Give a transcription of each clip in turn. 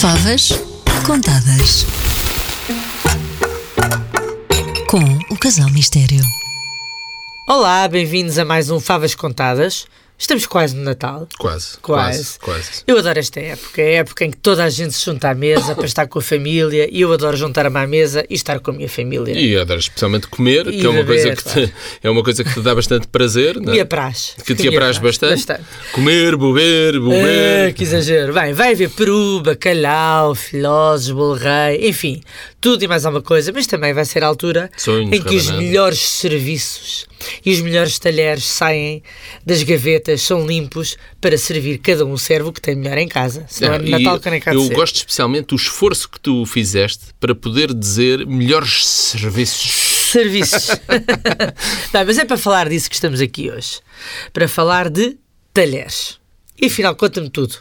Favas contadas. Com o Casal Mistério. Olá, bem-vindos a mais um Favas Contadas. Estamos quase no Natal. Quase. Quase. Quase. quase. Eu adoro esta época, é a época em que toda a gente se junta à mesa para estar com a família e eu adoro juntar-me à mesa e estar com a minha família. E adoro especialmente comer, E que, é uma, beber, coisa que te, é uma coisa que te dá bastante prazer, não Me é? apraz. que te Me apraz bastante. Comer, beber, Ah, beber. que exagero. Bem, vai haver peru, bacalhau, filhoses, bolo rei, enfim, tudo e mais alguma coisa, mas também vai ser a altura Sonhos, em que os rabanadas. melhores serviços e os melhores talheres saem das gavetas, são limpos para servir cada um servo que tem melhor em casa. Se não é Ah, no e Natal que nem cá de eu ser. gosto especialmente do esforço que tu fizeste para poder dizer melhores serviços. Serviços. Não, mas é para falar disso que estamos aqui hoje. Para falar de talheres. E afinal, conta-me tudo.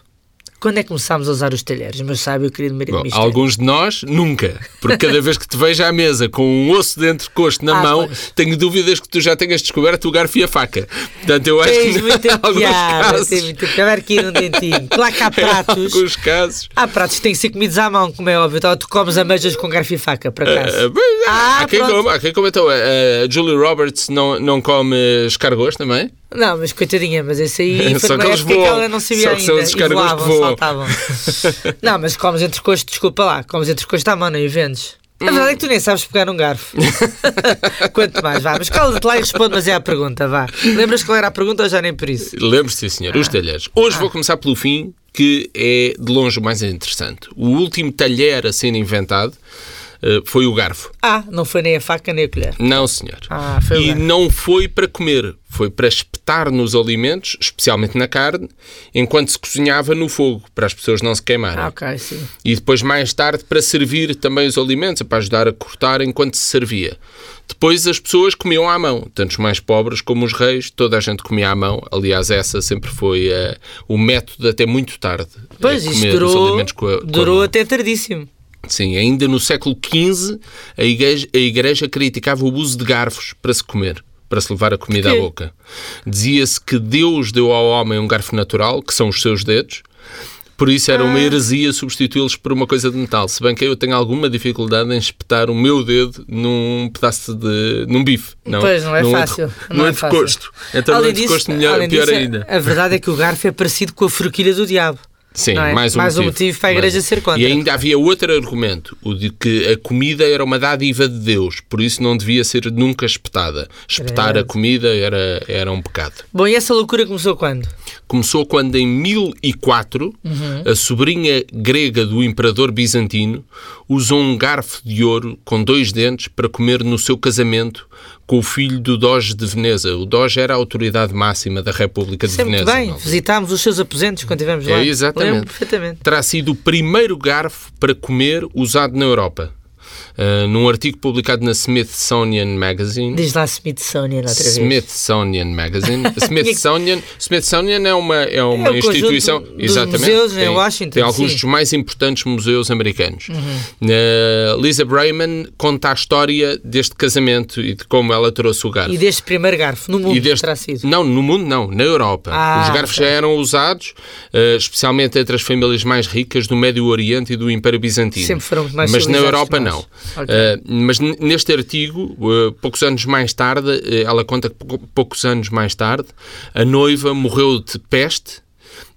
Quando é que começámos a usar os talheres, meu sábio querido marido Bom, mistério? alguns de nós, nunca. Porque cada vez que te vejo à mesa com um osso de entrecosto na Ah, mão, pois. tenho dúvidas que tu já tenhas descoberto o garfo e a faca. Portanto, eu acho Tens que muita alguns piada, casos, É, tens muita piada. Vai aqui num dentinho. Claro que há pratos. alguns casos Há pratos que têm que ser comidos à mão, como é óbvio. Então, tu comes ameijas com garfo e faca, por Ah, acaso. bem, Ah, há, há quem pronto. come, há quem come. Então, a, a Julie Roberts não, não come escargots também? Não, mas coitadinha, mas esse aí foi é. Só numa que eles época que voam. ela não sabia Só que são ainda. os E escargots que voavam, voam. saltavam. não, mas comes entrecosto, desculpa lá, comes entrecosto à mão, não inventes. Hum. A verdade é que tu nem sabes pegar um garfo. Quanto mais, vá. Mas cala-te lá e responde, mas é a pergunta, vá. Lembras qual era a pergunta ou já nem por isso? Lembro-se, sim, senhor. Ah. Os talheres. Hoje vou começar pelo fim, que é de longe o mais interessante. O último talher a ser inventado eh, foi o garfo. Ah, não foi nem a faca nem a colher. Não, senhor. Ah, foi o e garfo. não foi para comer, foi para espetar nos alimentos, especialmente na carne, enquanto se cozinhava no fogo, para as pessoas não se queimarem. Ah, ok, sim. E depois, mais tarde, para servir também os alimentos, é para ajudar a cortar enquanto se servia. Depois as pessoas comiam à mão, tanto os mais pobres como os reis, toda a gente comia à mão. Aliás, essa sempre foi eh, o método até muito tarde. eh, Pois, isso comer os durou, alimentos com a, com a durou mão. até tardíssimo. Sim, ainda no século XV, a igreja, a igreja criticava o uso de garfos para se comer, para se levar a comida à Porquê? boca. Dizia-se que Deus deu ao homem um garfo natural, que são os seus dedos, por isso era Ah. uma heresia substituí-los por uma coisa de metal. Se bem que eu tenho alguma dificuldade em espetar o meu dedo num pedaço de. num bife. Não, pois, não é num fácil. entre- não num é entrecosto. fácil. Então, num Além disso- entrecosto, melhor, além pior disso, ainda. A verdade é que o garfo é parecido com a forquilha do diabo. Sim, não é? mais, um, motivo. motivo. para a Mais igreja um. ser contra. E ainda havia outro argumento, o de que a comida era uma dádiva de Deus, por isso não devia ser nunca espetada. Espetar a comida era, era um pecado. Bom, e essa loucura começou quando? Começou quando, em 1004, Uhum. a sobrinha grega do imperador bizantino usou um garfo de ouro com dois dentes para comer no seu casamento com o filho do Doge de Veneza. O Doge era a autoridade máxima da República de Sei é muito Veneza. bem, na altura. visitámos os seus aposentos quando estivemos lá. É, exatamente. Lembro perfeitamente. terá sido o primeiro garfo para comer usado na Europa. Ah, num artigo publicado na Smithsonian Magazine. Diz lá Smithsonian outra vez. Smithsonian Magazine. Smithsonian, Smithsonian é uma, é uma É o conjunto instituição. dos museus em Washington, tem alguns sim. Uhum. dos mais importantes museus americanos. Ah, Lisa Brayman conta a história deste casamento e de como ela trouxe o garfo. E deste primeiro garfo, no mundo E deste- terá sido. Não, no mundo não, na Europa. Ah, Os garfos ok. já eram usados, eh, especialmente entre as famílias mais ricas do Médio Oriente e do Império Bizantino. Sempre foram mais Mas na civilizados Europa que nós. não. Ok. Eh, mas n- neste artigo, eh, poucos anos mais tarde, eh, ela conta que pou- poucos anos mais tarde, a noiva morreu de peste.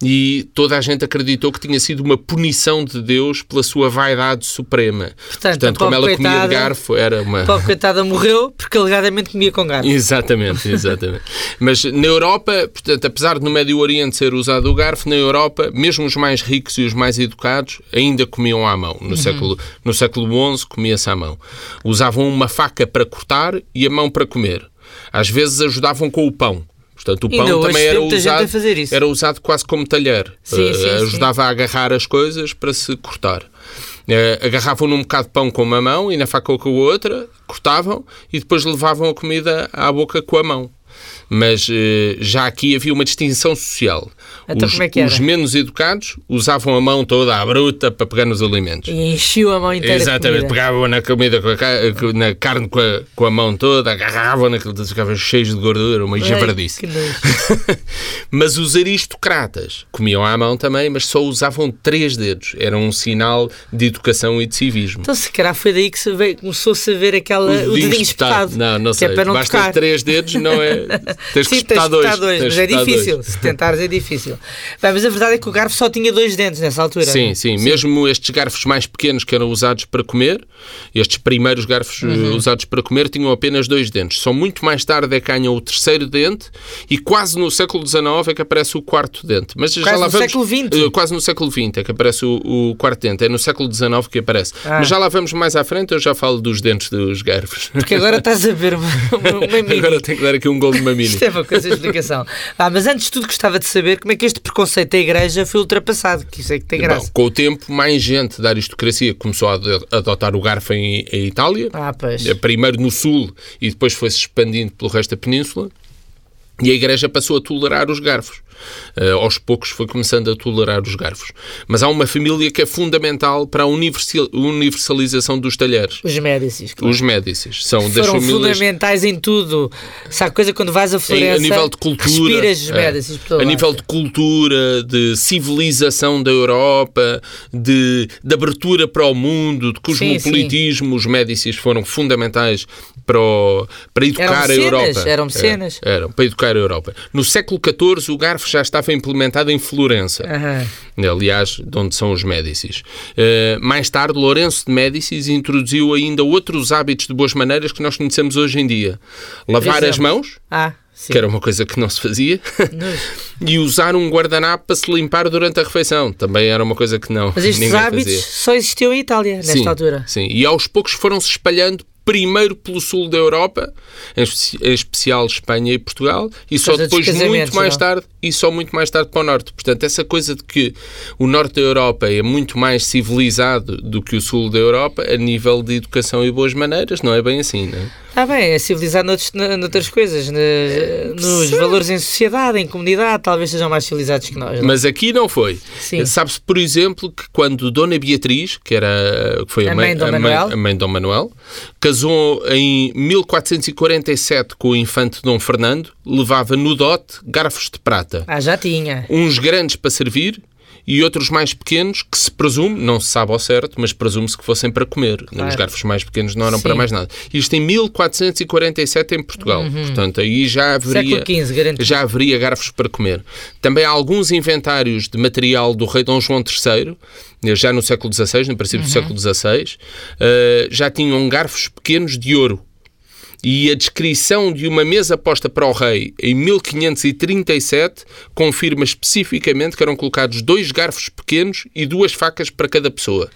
E toda a gente acreditou que tinha sido uma punição de Deus pela sua vaidade suprema. Portanto, a como pobre ela comia coitada- de garfo, era uma. Pobre coitada morreu porque alegadamente comia com garfo. Exatamente, exatamente. Mas na Europa, portanto, apesar de no Médio Oriente ser usado o garfo, na Europa, mesmo os mais ricos e os mais educados ainda comiam à mão. Uhum. No século no século XI comia-se à mão. Usavam uma faca para cortar e a mão para comer. Às vezes ajudavam com o pão. Portanto, o Ainda pão hoje também tem era muita gente a usado, fazer isso. era usado quase como talher. Sim, Eh, sim, sim. ajudava a agarrar as coisas para se cortar. Eh, agarravam num bocado de pão com uma mão e na faca com a outra, cortavam e depois levavam a comida à boca com a mão. Mas eh, já aqui havia uma distinção social. Então os, como é que era? os menos educados usavam a mão toda à bruta para pegar nos alimentos. E enchiu a mão inteira. de Exatamente, comida. pegavam na comida, com a ca- com- na carne com a, com a mão toda, agarravam naquilo, tudo, ficavam cheios de gordura, uma Ai, javardice. que nojo. mas os aristocratas comiam à mão também, mas só usavam três dedos. Era um sinal de educação e de civismo. Então, se calhar foi daí que se veio- começou-se a ver aquela, o dedinho espetado. tá- Não, não que sei. É para não Basta tocar. três dedos, não é? Tens que Sim, tens espetar de dois. espetar dois, tens mas que é espetar dois. difícil. Se tentares, é difícil. Bem, mas a verdade é que o garfo só tinha dois dentes nessa altura. Sim, sim, Mesmo estes garfos mais pequenos que eram usados para comer, estes primeiros garfos eh, Uhum. usados para comer tinham apenas dois dentes. Só muito mais tarde é que ganham o terceiro dente e quase no século XIX é que aparece o quarto dente. Mas já Quase lá no vamos- século XX? Eh, quase no século XX é que aparece o, o quarto dente. É no século XIX que aparece. Ah. Mas já lá vamos mais à frente, eu já falo dos dentes dos garfos. Porque agora estás a ver uma, uma mini. Agora tenho que dar aqui um gol de mamini. Isto é uma coisa de explicação. Ah, mas antes de tudo gostava de saber como é que este preconceito da igreja foi ultrapassado, que isso é que tem Bom, graça. com o tempo, mais gente da aristocracia começou a ado- adotar o garfo em, em Itália. Ah, pois. Eh, Primeiro no sul e depois foi-se expandindo pelo resto da península. E a Igreja passou a tolerar os garfos. Eh, aos poucos foi começando a tolerar os garfos. Mas há uma família que é fundamental para a universal- universalização dos talheres. Os médices. claro. Os Médicis. São das Foram famílias fundamentais em tudo. Sabe coisa quando vais a Em- Florença? a nível de cultura, Respiras os é. médices. por todo a lado. nível de cultura, de civilização da Europa, de, de abertura para o mundo, de cosmopolitismo, os Médicis foram fundamentais para, o- para educar Eram a mecenas, Europa. eram mecenas. É, eram, para educar a Europa. No século XIV, o garfo já estava implementado em Florença. Aham. Aliás, de onde são os Médicis. Eh, mais tarde, Lourenço de Médicis introduziu ainda outros hábitos de boas maneiras que nós conhecemos hoje em dia. Lavar as exemplo. mãos, Ah, sim. que era uma coisa que não se fazia, Nojo. e usar um guardanapo para se limpar durante a refeição. Também era uma coisa que não Mas estes ninguém hábitos fazia. só existiam em Itália, nesta sim, altura. Sim, e aos poucos foram-se espalhando primeiro pelo sul da Europa, em espe- em especial Espanha e Portugal, e só Coisa dos depois muito casamentos, mais não? tarde e só muito mais tarde para o norte. Portanto, essa coisa de que o norte da Europa é muito mais civilizado do que o sul da Europa a nível de educação e boas maneiras, não é bem assim, não é? Ah, bem, é civilizado noutros- na- noutras coisas, É, na- nos valores em sociedade, em comunidade, talvez sejam mais civilizados que nós. não é? Mas aqui não foi. Sim. Sabe-se, por exemplo, que quando Dona Beatriz, que era que foi a, A mãe, mãe de Dom a Manuel. a mãe de Dom Manuel, casou em 1447 com o infante Dom Fernando, levava no dote garfos de prata. Ah, já tinha. Uns grandes para servir e outros mais pequenos que se presume, não se sabe ao certo, mas presume-se que fossem para comer. Os garfos mais pequenos não Sim. eram Uhum. para mais nada. Isto em 1447 em Portugal. Portanto, aí já haveria Século XV, garanto. já haveria garfos para comer. Também há alguns inventários de material do rei Dom João III, eh, já no século XVI, no Uhum. princípio do século XVI, eh, já tinham garfos pequenos de ouro. E a descrição de uma mesa posta para o rei em 1537 confirma especificamente que eram colocados dois garfos pequenos e duas facas para cada pessoa.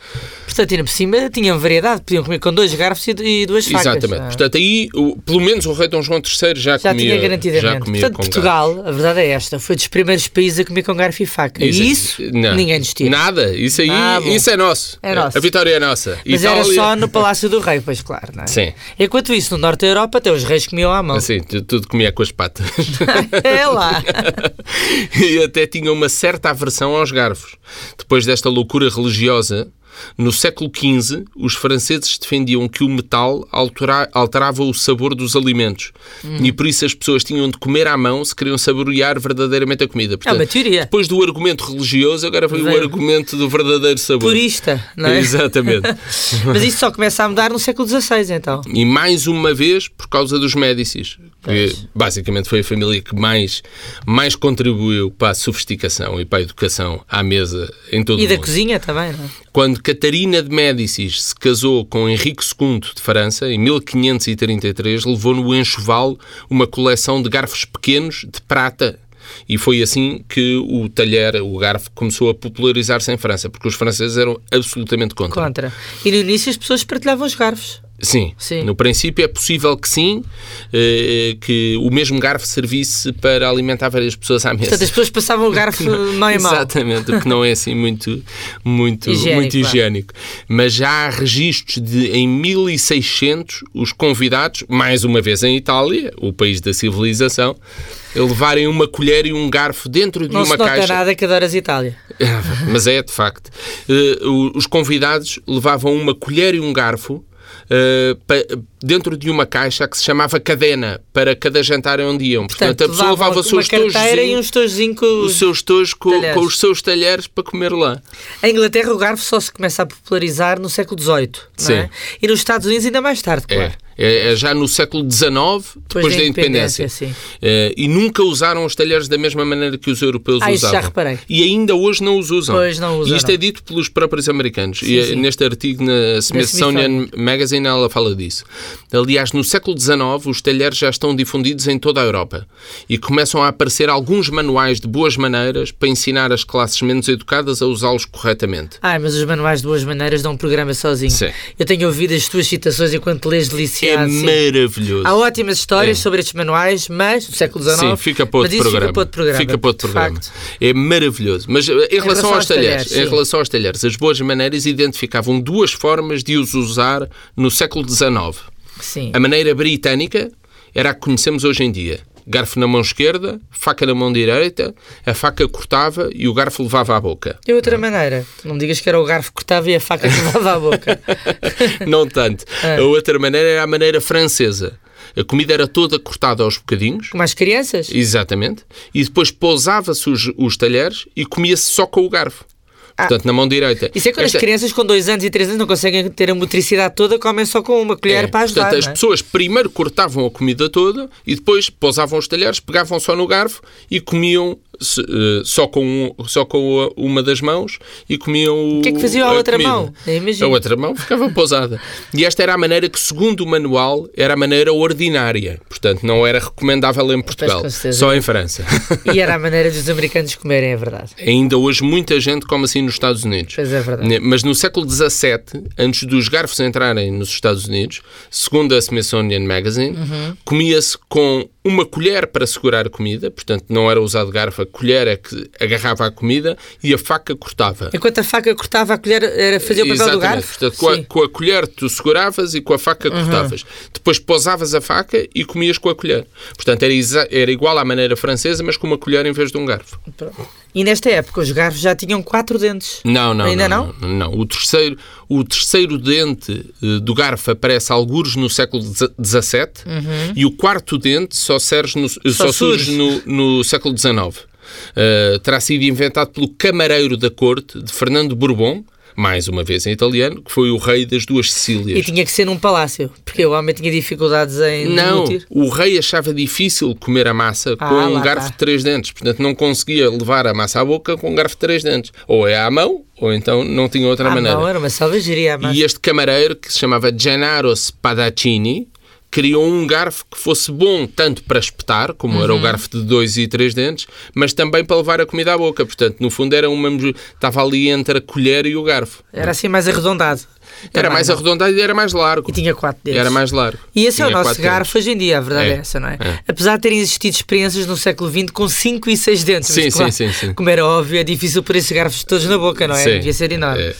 Portanto, ainda por cima tinham variedade, podiam comer com dois garfos e, e duas facas. Exatamente. Ah. Portanto, aí, o- pelo menos o rei Dom João III já já, comia, tinha garantidamente. já comia Portanto, com garfos. Portugal, a verdade é esta, foi dos primeiros países a comer com garfo e faca. é- e isso não. ninguém nos tira. Nada, isso aí Ah, bom. isso é nosso. É nosso. A vitória é nossa. Mas era só no Palácio do Rei, pois claro, não é? Sim. Enquanto isso, no Norte da Europa, até os reis comiam à mão. Assim, tu- tudo comia com as patas. é lá. e até tinha uma certa aversão aos garfos. Depois desta loucura religiosa, no século XV, os franceses defendiam que o metal altera- alterava o sabor dos alimentos. Hum. E por isso as pessoas tinham de comer à mão se queriam saborear verdadeiramente a É comida. uma Portanto, teoria. depois do argumento religioso, agora foi o Veio. argumento do verdadeiro sabor. Purista, não é? Exatamente. Mas isso só começa a mudar no século XVI, então. E mais uma vez por causa dos Médicis, que basicamente foi a família que mais, mais contribuiu para a sofisticação e para a educação à mesa em todo E o mundo. da cozinha também, não é? Quando Catarina de Médicis se casou com Henrique II de França, em 1533, levou no enxoval uma coleção de garfos pequenos de prata. E foi assim que o talher, o garfo, começou a popularizar-se em França, porque os franceses eram absolutamente contra. Contra. E no início as pessoas partilhavam os garfos. Sim. Sim. No princípio é possível que sim, eh, que o mesmo garfo servisse para alimentar várias pessoas à mesa. Portanto, as pessoas passavam o garfo mão em mão. Exatamente, o que não é assim muito, muito, Higiênico, é? muito vá. higiênico. Mas já há registros de, em 1600, os convidados, mais uma vez em Itália, o país da civilização, levarem uma colher e um garfo dentro de Não se uma nota caixa. nada que adoras Itália. Mas é, de facto. Eh, o- os convidados levavam uma colher e um garfo eh, pa- dentro de uma caixa que se chamava cadena, para cada jantar onde iam. Portanto, a pessoa levavam levava o seu uma carteira e estojozinho, um estojozinho com... os seus tojos co- com, talheres. os seus talheres para comer lá. Em Inglaterra o garfo só se começa a popularizar no século XVIII, não é? Sim. E nos Estados Unidos ainda mais tarde, É. claro. É- é já no século XIX, depois, da, independência. sim. Eh, e nunca usaram os talheres da mesma maneira que os europeus Ah, isso usavam. já reparei. E ainda hoje não os usam. Pois, não usam, E isto não. é dito pelos próprios americanos. e, eh, sim. Neste artigo na Smithsonian Magazine ela fala disso. Aliás, no século XIX os talheres já estão difundidos em toda a Europa e começam a aparecer alguns manuais de boas maneiras para ensinar as classes menos educadas a usá-los corretamente. Ai, mas os manuais de boas maneiras dão um programa sozinho. Sim. Eu tenho ouvido as tuas citações enquanto lês é deliciado. Ah, sim. maravilhoso. Há ótimas histórias É. sobre estes manuais, mas do século XIX. Sim, fica para mas outro isso programa. Fica para outro programa. Fica para outro de programa. facto. É maravilhoso. Mas eh, em, relação, aos, talheres, em sim. relação aos talheres, as boas maneiras identificavam duas formas de os usar no século XIX. Sim. A maneira britânica era a que conhecemos hoje em dia. Garfo na mão esquerda, faca na mão direita, a faca cortava e o garfo levava à boca. E outra maneira, não me digas que era o garfo que cortava e a faca que levava à boca. Não tanto. É. A outra maneira era a maneira francesa. A comida era toda cortada aos bocadinhos, Como as crianças? Exatamente. E depois pousava-se os, os talheres e comia-se só com o garfo. Ah. Portanto, na mão direita. Isso é quando as Esta- crianças com 2 anos e 3 anos não conseguem ter a motricidade toda, comem só com uma colher é, para ajudar. Portanto, as não é? pessoas primeiro cortavam a comida toda e depois pousavam os talheres, pegavam só no garfo e comiam se- eh, só com, um- só com a- uma das mãos e comiam o que é que fazia a outra comida. mão? Eu imagino. A outra mão ficava pousada. E esta era a maneira que, segundo o manual, era a maneira ordinária. Portanto, não era recomendável em Portugal, com certeza. só em França. E era a maneira dos americanos comerem, é verdade. Ainda hoje muita gente come assim nos Estados Unidos. Pois é verdade. Né, Mas no século XVII, antes dos garfos entrarem nos Estados Unidos, segundo a Smithsonian Magazine, Uhum. comia-se com uma colher para segurar a comida, portanto não era usado garfo, a colher é que agarrava a comida e a faca cortava. Enquanto a faca cortava a colher, era fazer o papel do Exatamente. garfo? Portanto, com, a, Sim. Uhum. com a colher tu seguravas e com a faca cortavas. Depois pousavas a faca e comias com a colher. Portanto, era, exa- era igual à maneira francesa, mas com uma colher em vez de um garfo. Pronto. E nesta época os garfos já tinham quatro dentes. Não, não, Ainda não, não, não. O terceiro, o terceiro dente eh, do garfo aparece algures no século XVII e o quarto dente só, serve no- eh, só surge, Uhum. surge. no, no século XIX. Eh, terá sido inventado pelo camareiro da corte de Fernando Bourbon, mais uma vez em italiano, que foi o rei das duas Sicílias. E tinha que ser num palácio, porque o homem tinha dificuldades em Não, deglutir. o rei achava difícil comer a massa Ah, com lá um garfo está. de três dentes. Portanto, não conseguia levar a massa à boca com um garfo de três dentes. Ou é à mão, ou então não tinha outra Ah, maneira. não, era uma selvageria, mas... E este camareiro, que se chamava Gennaro Spadaccini, criou um garfo que fosse bom tanto para espetar, como era o Uhum. garfo de dois e três dentes, mas também para levar a comida à boca. Portanto, no fundo, era uma mesu- estava ali entre a colher e o garfo. Era assim mais arredondado. Era Também, mais não? arredondado e era mais largo. E tinha quatro dentes. Era mais largo. E esse é o Tinha nosso quatro garfo hoje em dia, a verdade é, É, essa, não é? é. Apesar de terem existido experiências no século XX com 5 e 6 dentes. mas Sim, claro, sim, sim, sim. Como era óbvio, é difícil pôr esses garfos todos na boca, não é? Sim, Devia ser enorme. é.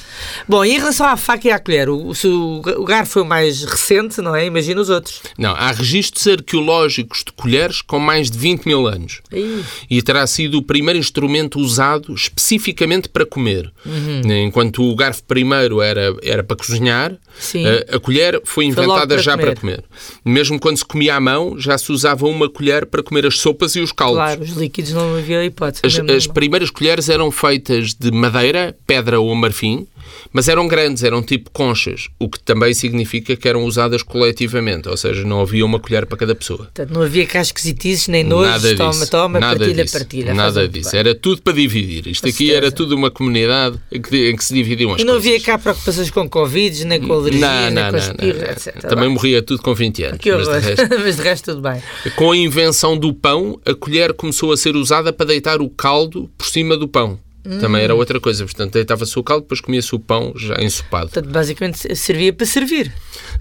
Bom, e em relação à faca e à colher, o, o, se o o garfo foi o mais recente, não é? Imagina os outros. Não, há registros arqueológicos de colheres com mais de 20 mil anos. Ih. E terá sido o primeiro instrumento usado especificamente para comer. Uhum. Enquanto o garfo primeiro era, era para cozinhar, eh, Sim. a, a colher foi Foi logo inventada para já comer. para comer. Mesmo quando se comia à mão, já se usava uma colher para comer as sopas e os caldos. Claro, os líquidos não havia hipótese. As, mesmo assim. as não. primeiras colheres eram feitas de madeira, pedra ou marfim, mas eram grandes, eram tipo conchas, o que também significa que eram usadas coletivamente, ou seja, não havia uma colher para cada pessoa. Portanto, não havia cá esquisitices, nem nojos, Nada toma, disso. toma, nada partilha, disso, partilha. faz Nada muito disso. bem. Era tudo para dividir. Isto aqui certeza. era tudo uma comunidade em que, em que se dividiam as E não coisas. havia cá preocupações com Covid, nem com alergias, não, nem não, com não, não, espirro, não. etc. Também morria tudo com 20 anos. Que mas de horror. resto- mas de resto tudo bem. Com a invenção do pão, a colher começou a ser usada para deitar o caldo por cima do pão. Também Hum. era outra coisa. Portanto, deitava-se o caldo, depois comia-se o pão já ensopado. Portanto, basicamente servia para servir.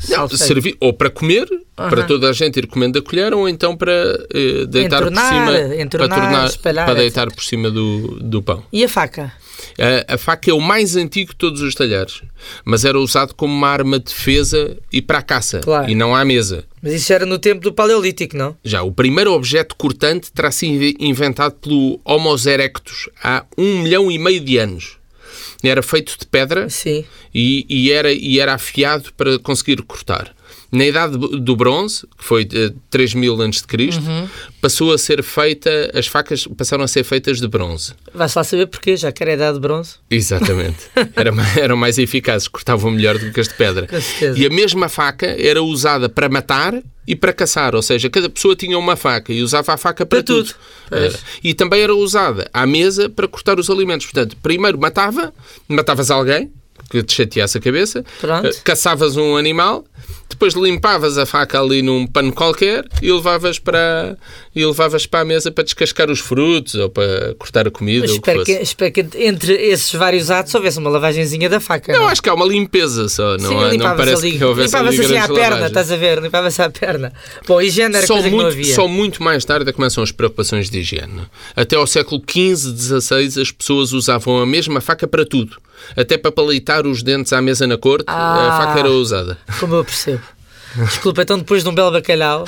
Não, Salseiro. servi- ou para comer, para toda a gente ir comendo da colher, ou então para eh, deitar Entornar, por cima, entornar, para, tornar- espalhar, para etc. deitar por cima do, do pão. E a faca? A, a faca é o mais antigo de todos os talheres, mas era usado como uma arma de defesa e para a caça, Claro. e não à mesa. Mas isso era no tempo do Paleolítico, não? Já o primeiro objeto cortante terá sido inve- inventado pelo Homo erectus há um milhão e meio de anos. Era feito de pedra Sim. e, e era, e era afiado para conseguir cortar. Na idade do do bronze, que foi eh, 3 mil antes de Cristo, passou a ser feita, as facas passaram a ser feitas de bronze. Vai-se lá saber porquê, já que era a idade de bronze. Exatamente. Era ma- eram mais eficazes, cortavam melhor do que as de pedra. Com certeza. E a mesma faca era usada para matar e para caçar, ou seja, cada pessoa tinha uma faca e usava a faca para, Para tudo. Pois. Era. E também era usada à mesa para cortar os alimentos. Portanto, primeiro matava, matavas alguém que te chateasse a cabeça, Pronto. eh, caçavas um animal, depois limpavas a faca ali num pano qualquer e levavas para e levavas para a mesa para descascar os frutos ou para cortar a comida. Mas ou o que espero fosse. que, espero que entre esses vários atos houvesse uma lavagenzinha da faca. é? Não, acho que há uma limpeza só, não, Sim, há- não limpava-se parece ali. que houvesse ali Limpava-se assim à grandes perna, lavagens. estás a ver? Limpava-se à perna. Bom, higiene era só coisa que não muito, havia. só muito mais tarde é que começam as preocupações de higiene. Até ao século XV, XVI, as pessoas usavam a mesma faca para tudo. Até para palitar os dentes à mesa na corte, Ah. a faca era usada. Como eu percebo. Desculpa, então depois de um belo bacalhau.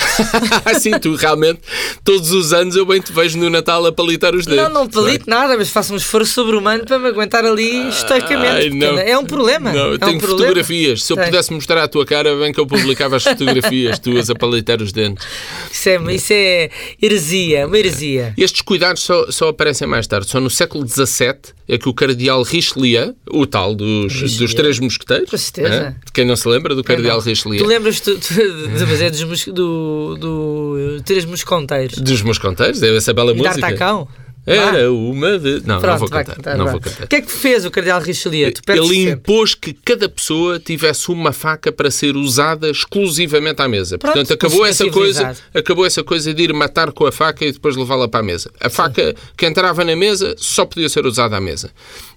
assim, tu realmente, todos os anos eu bem te vejo no Natal a palitar os dentes. Não, não palito nada, mas faço um esforço sobre-humano para me aguentar ali estoicamente. Ai, não. porque É um problema. Não, eu é um tenho problema. fotografias. Se eu Tem. pudesse mostrar à tua cara, bem que eu publicava as fotografias tuas a palitar os dentes. Isso é, isso é heresia, uma heresia. Estes cuidados só, só aparecem mais tarde. Só no século XVII é que o cardeal Richelieu, o tal dos, dos três mosqueteiros, Com certeza. né? de quem não se lembra, do cardeal Tu Richelieu, lembras tu, tu, de, mas é dos, mos- do, do, Três Mosconteiros? dos mosconteiros, é essa bela E dar música. tacão? Vá. Era uma de... Não, não Pronto, vou vai cantar. cantar, não vá. vou cantar. O que é que fez o Cardeal Richelieu? Tu perdes Ele sempre. impôs que cada pessoa tivesse uma faca para ser usada exclusivamente à mesa. Pronto, Portanto, acabou isso é essa coisa, civilizado. acabou essa coisa de ir matar com a faca e depois levá-la para a mesa. A faca que entrava na mesa só podia ser usada à mesa.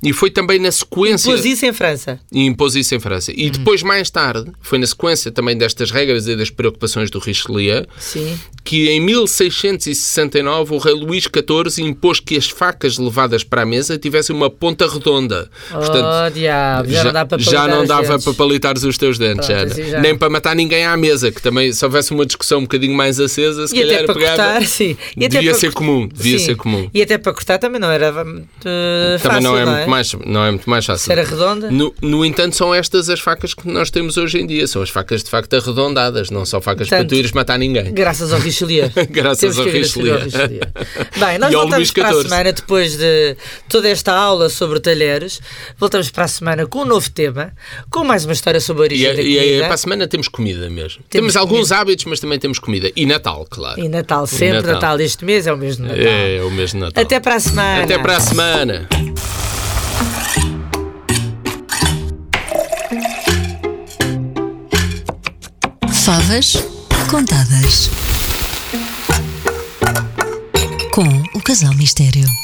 E foi também na sequência Pôs isso em França. e impôs isso em França. Uhum. E depois, mais tarde, foi na sequência também destas regras e das preocupações do Richelieu, Sim. que em 1669 o rei Luís XIV impôs que as facas levadas para a mesa tivessem uma ponta redonda. oh, diabo, já, não dá para já não palitar as dava gentes. para palitares os teus dentes, Pronto, já. assim já nem não. para matar ninguém à mesa, que também se houvesse uma discussão um bocadinho mais acesa, se E calhar até para pegava. cortar, sim. E até devia para ser cort- comum, devia sim. ser comum. E até para cortar também não era uh, fácil, Também não é, não muito mais, não é muito mais fácil. Era redonda? No, no entanto, são estas as facas que nós temos hoje em dia. São as facas de facto arredondadas, não são facas Portanto, para tu ires matar ninguém. Graças ao Richelieu. Graças Temos ao que agradecer Richelieu. Bem, nós E ao voltamos Luís para a XIV. semana, depois de toda esta aula sobre talheres, voltamos para a semana com um novo tema, com mais uma história sobre a E, é- origem da e- e comida. para a semana temos comida mesmo. Temos, Temos alguns hábitos, mas também temos comida. E Natal, claro. E Natal, sempre Natal. Natal. este mês é o mesmo Natal. É o mesmo Natal. Até para a semana. Até para a semana. Favas contadas. Com o Casal Mistério.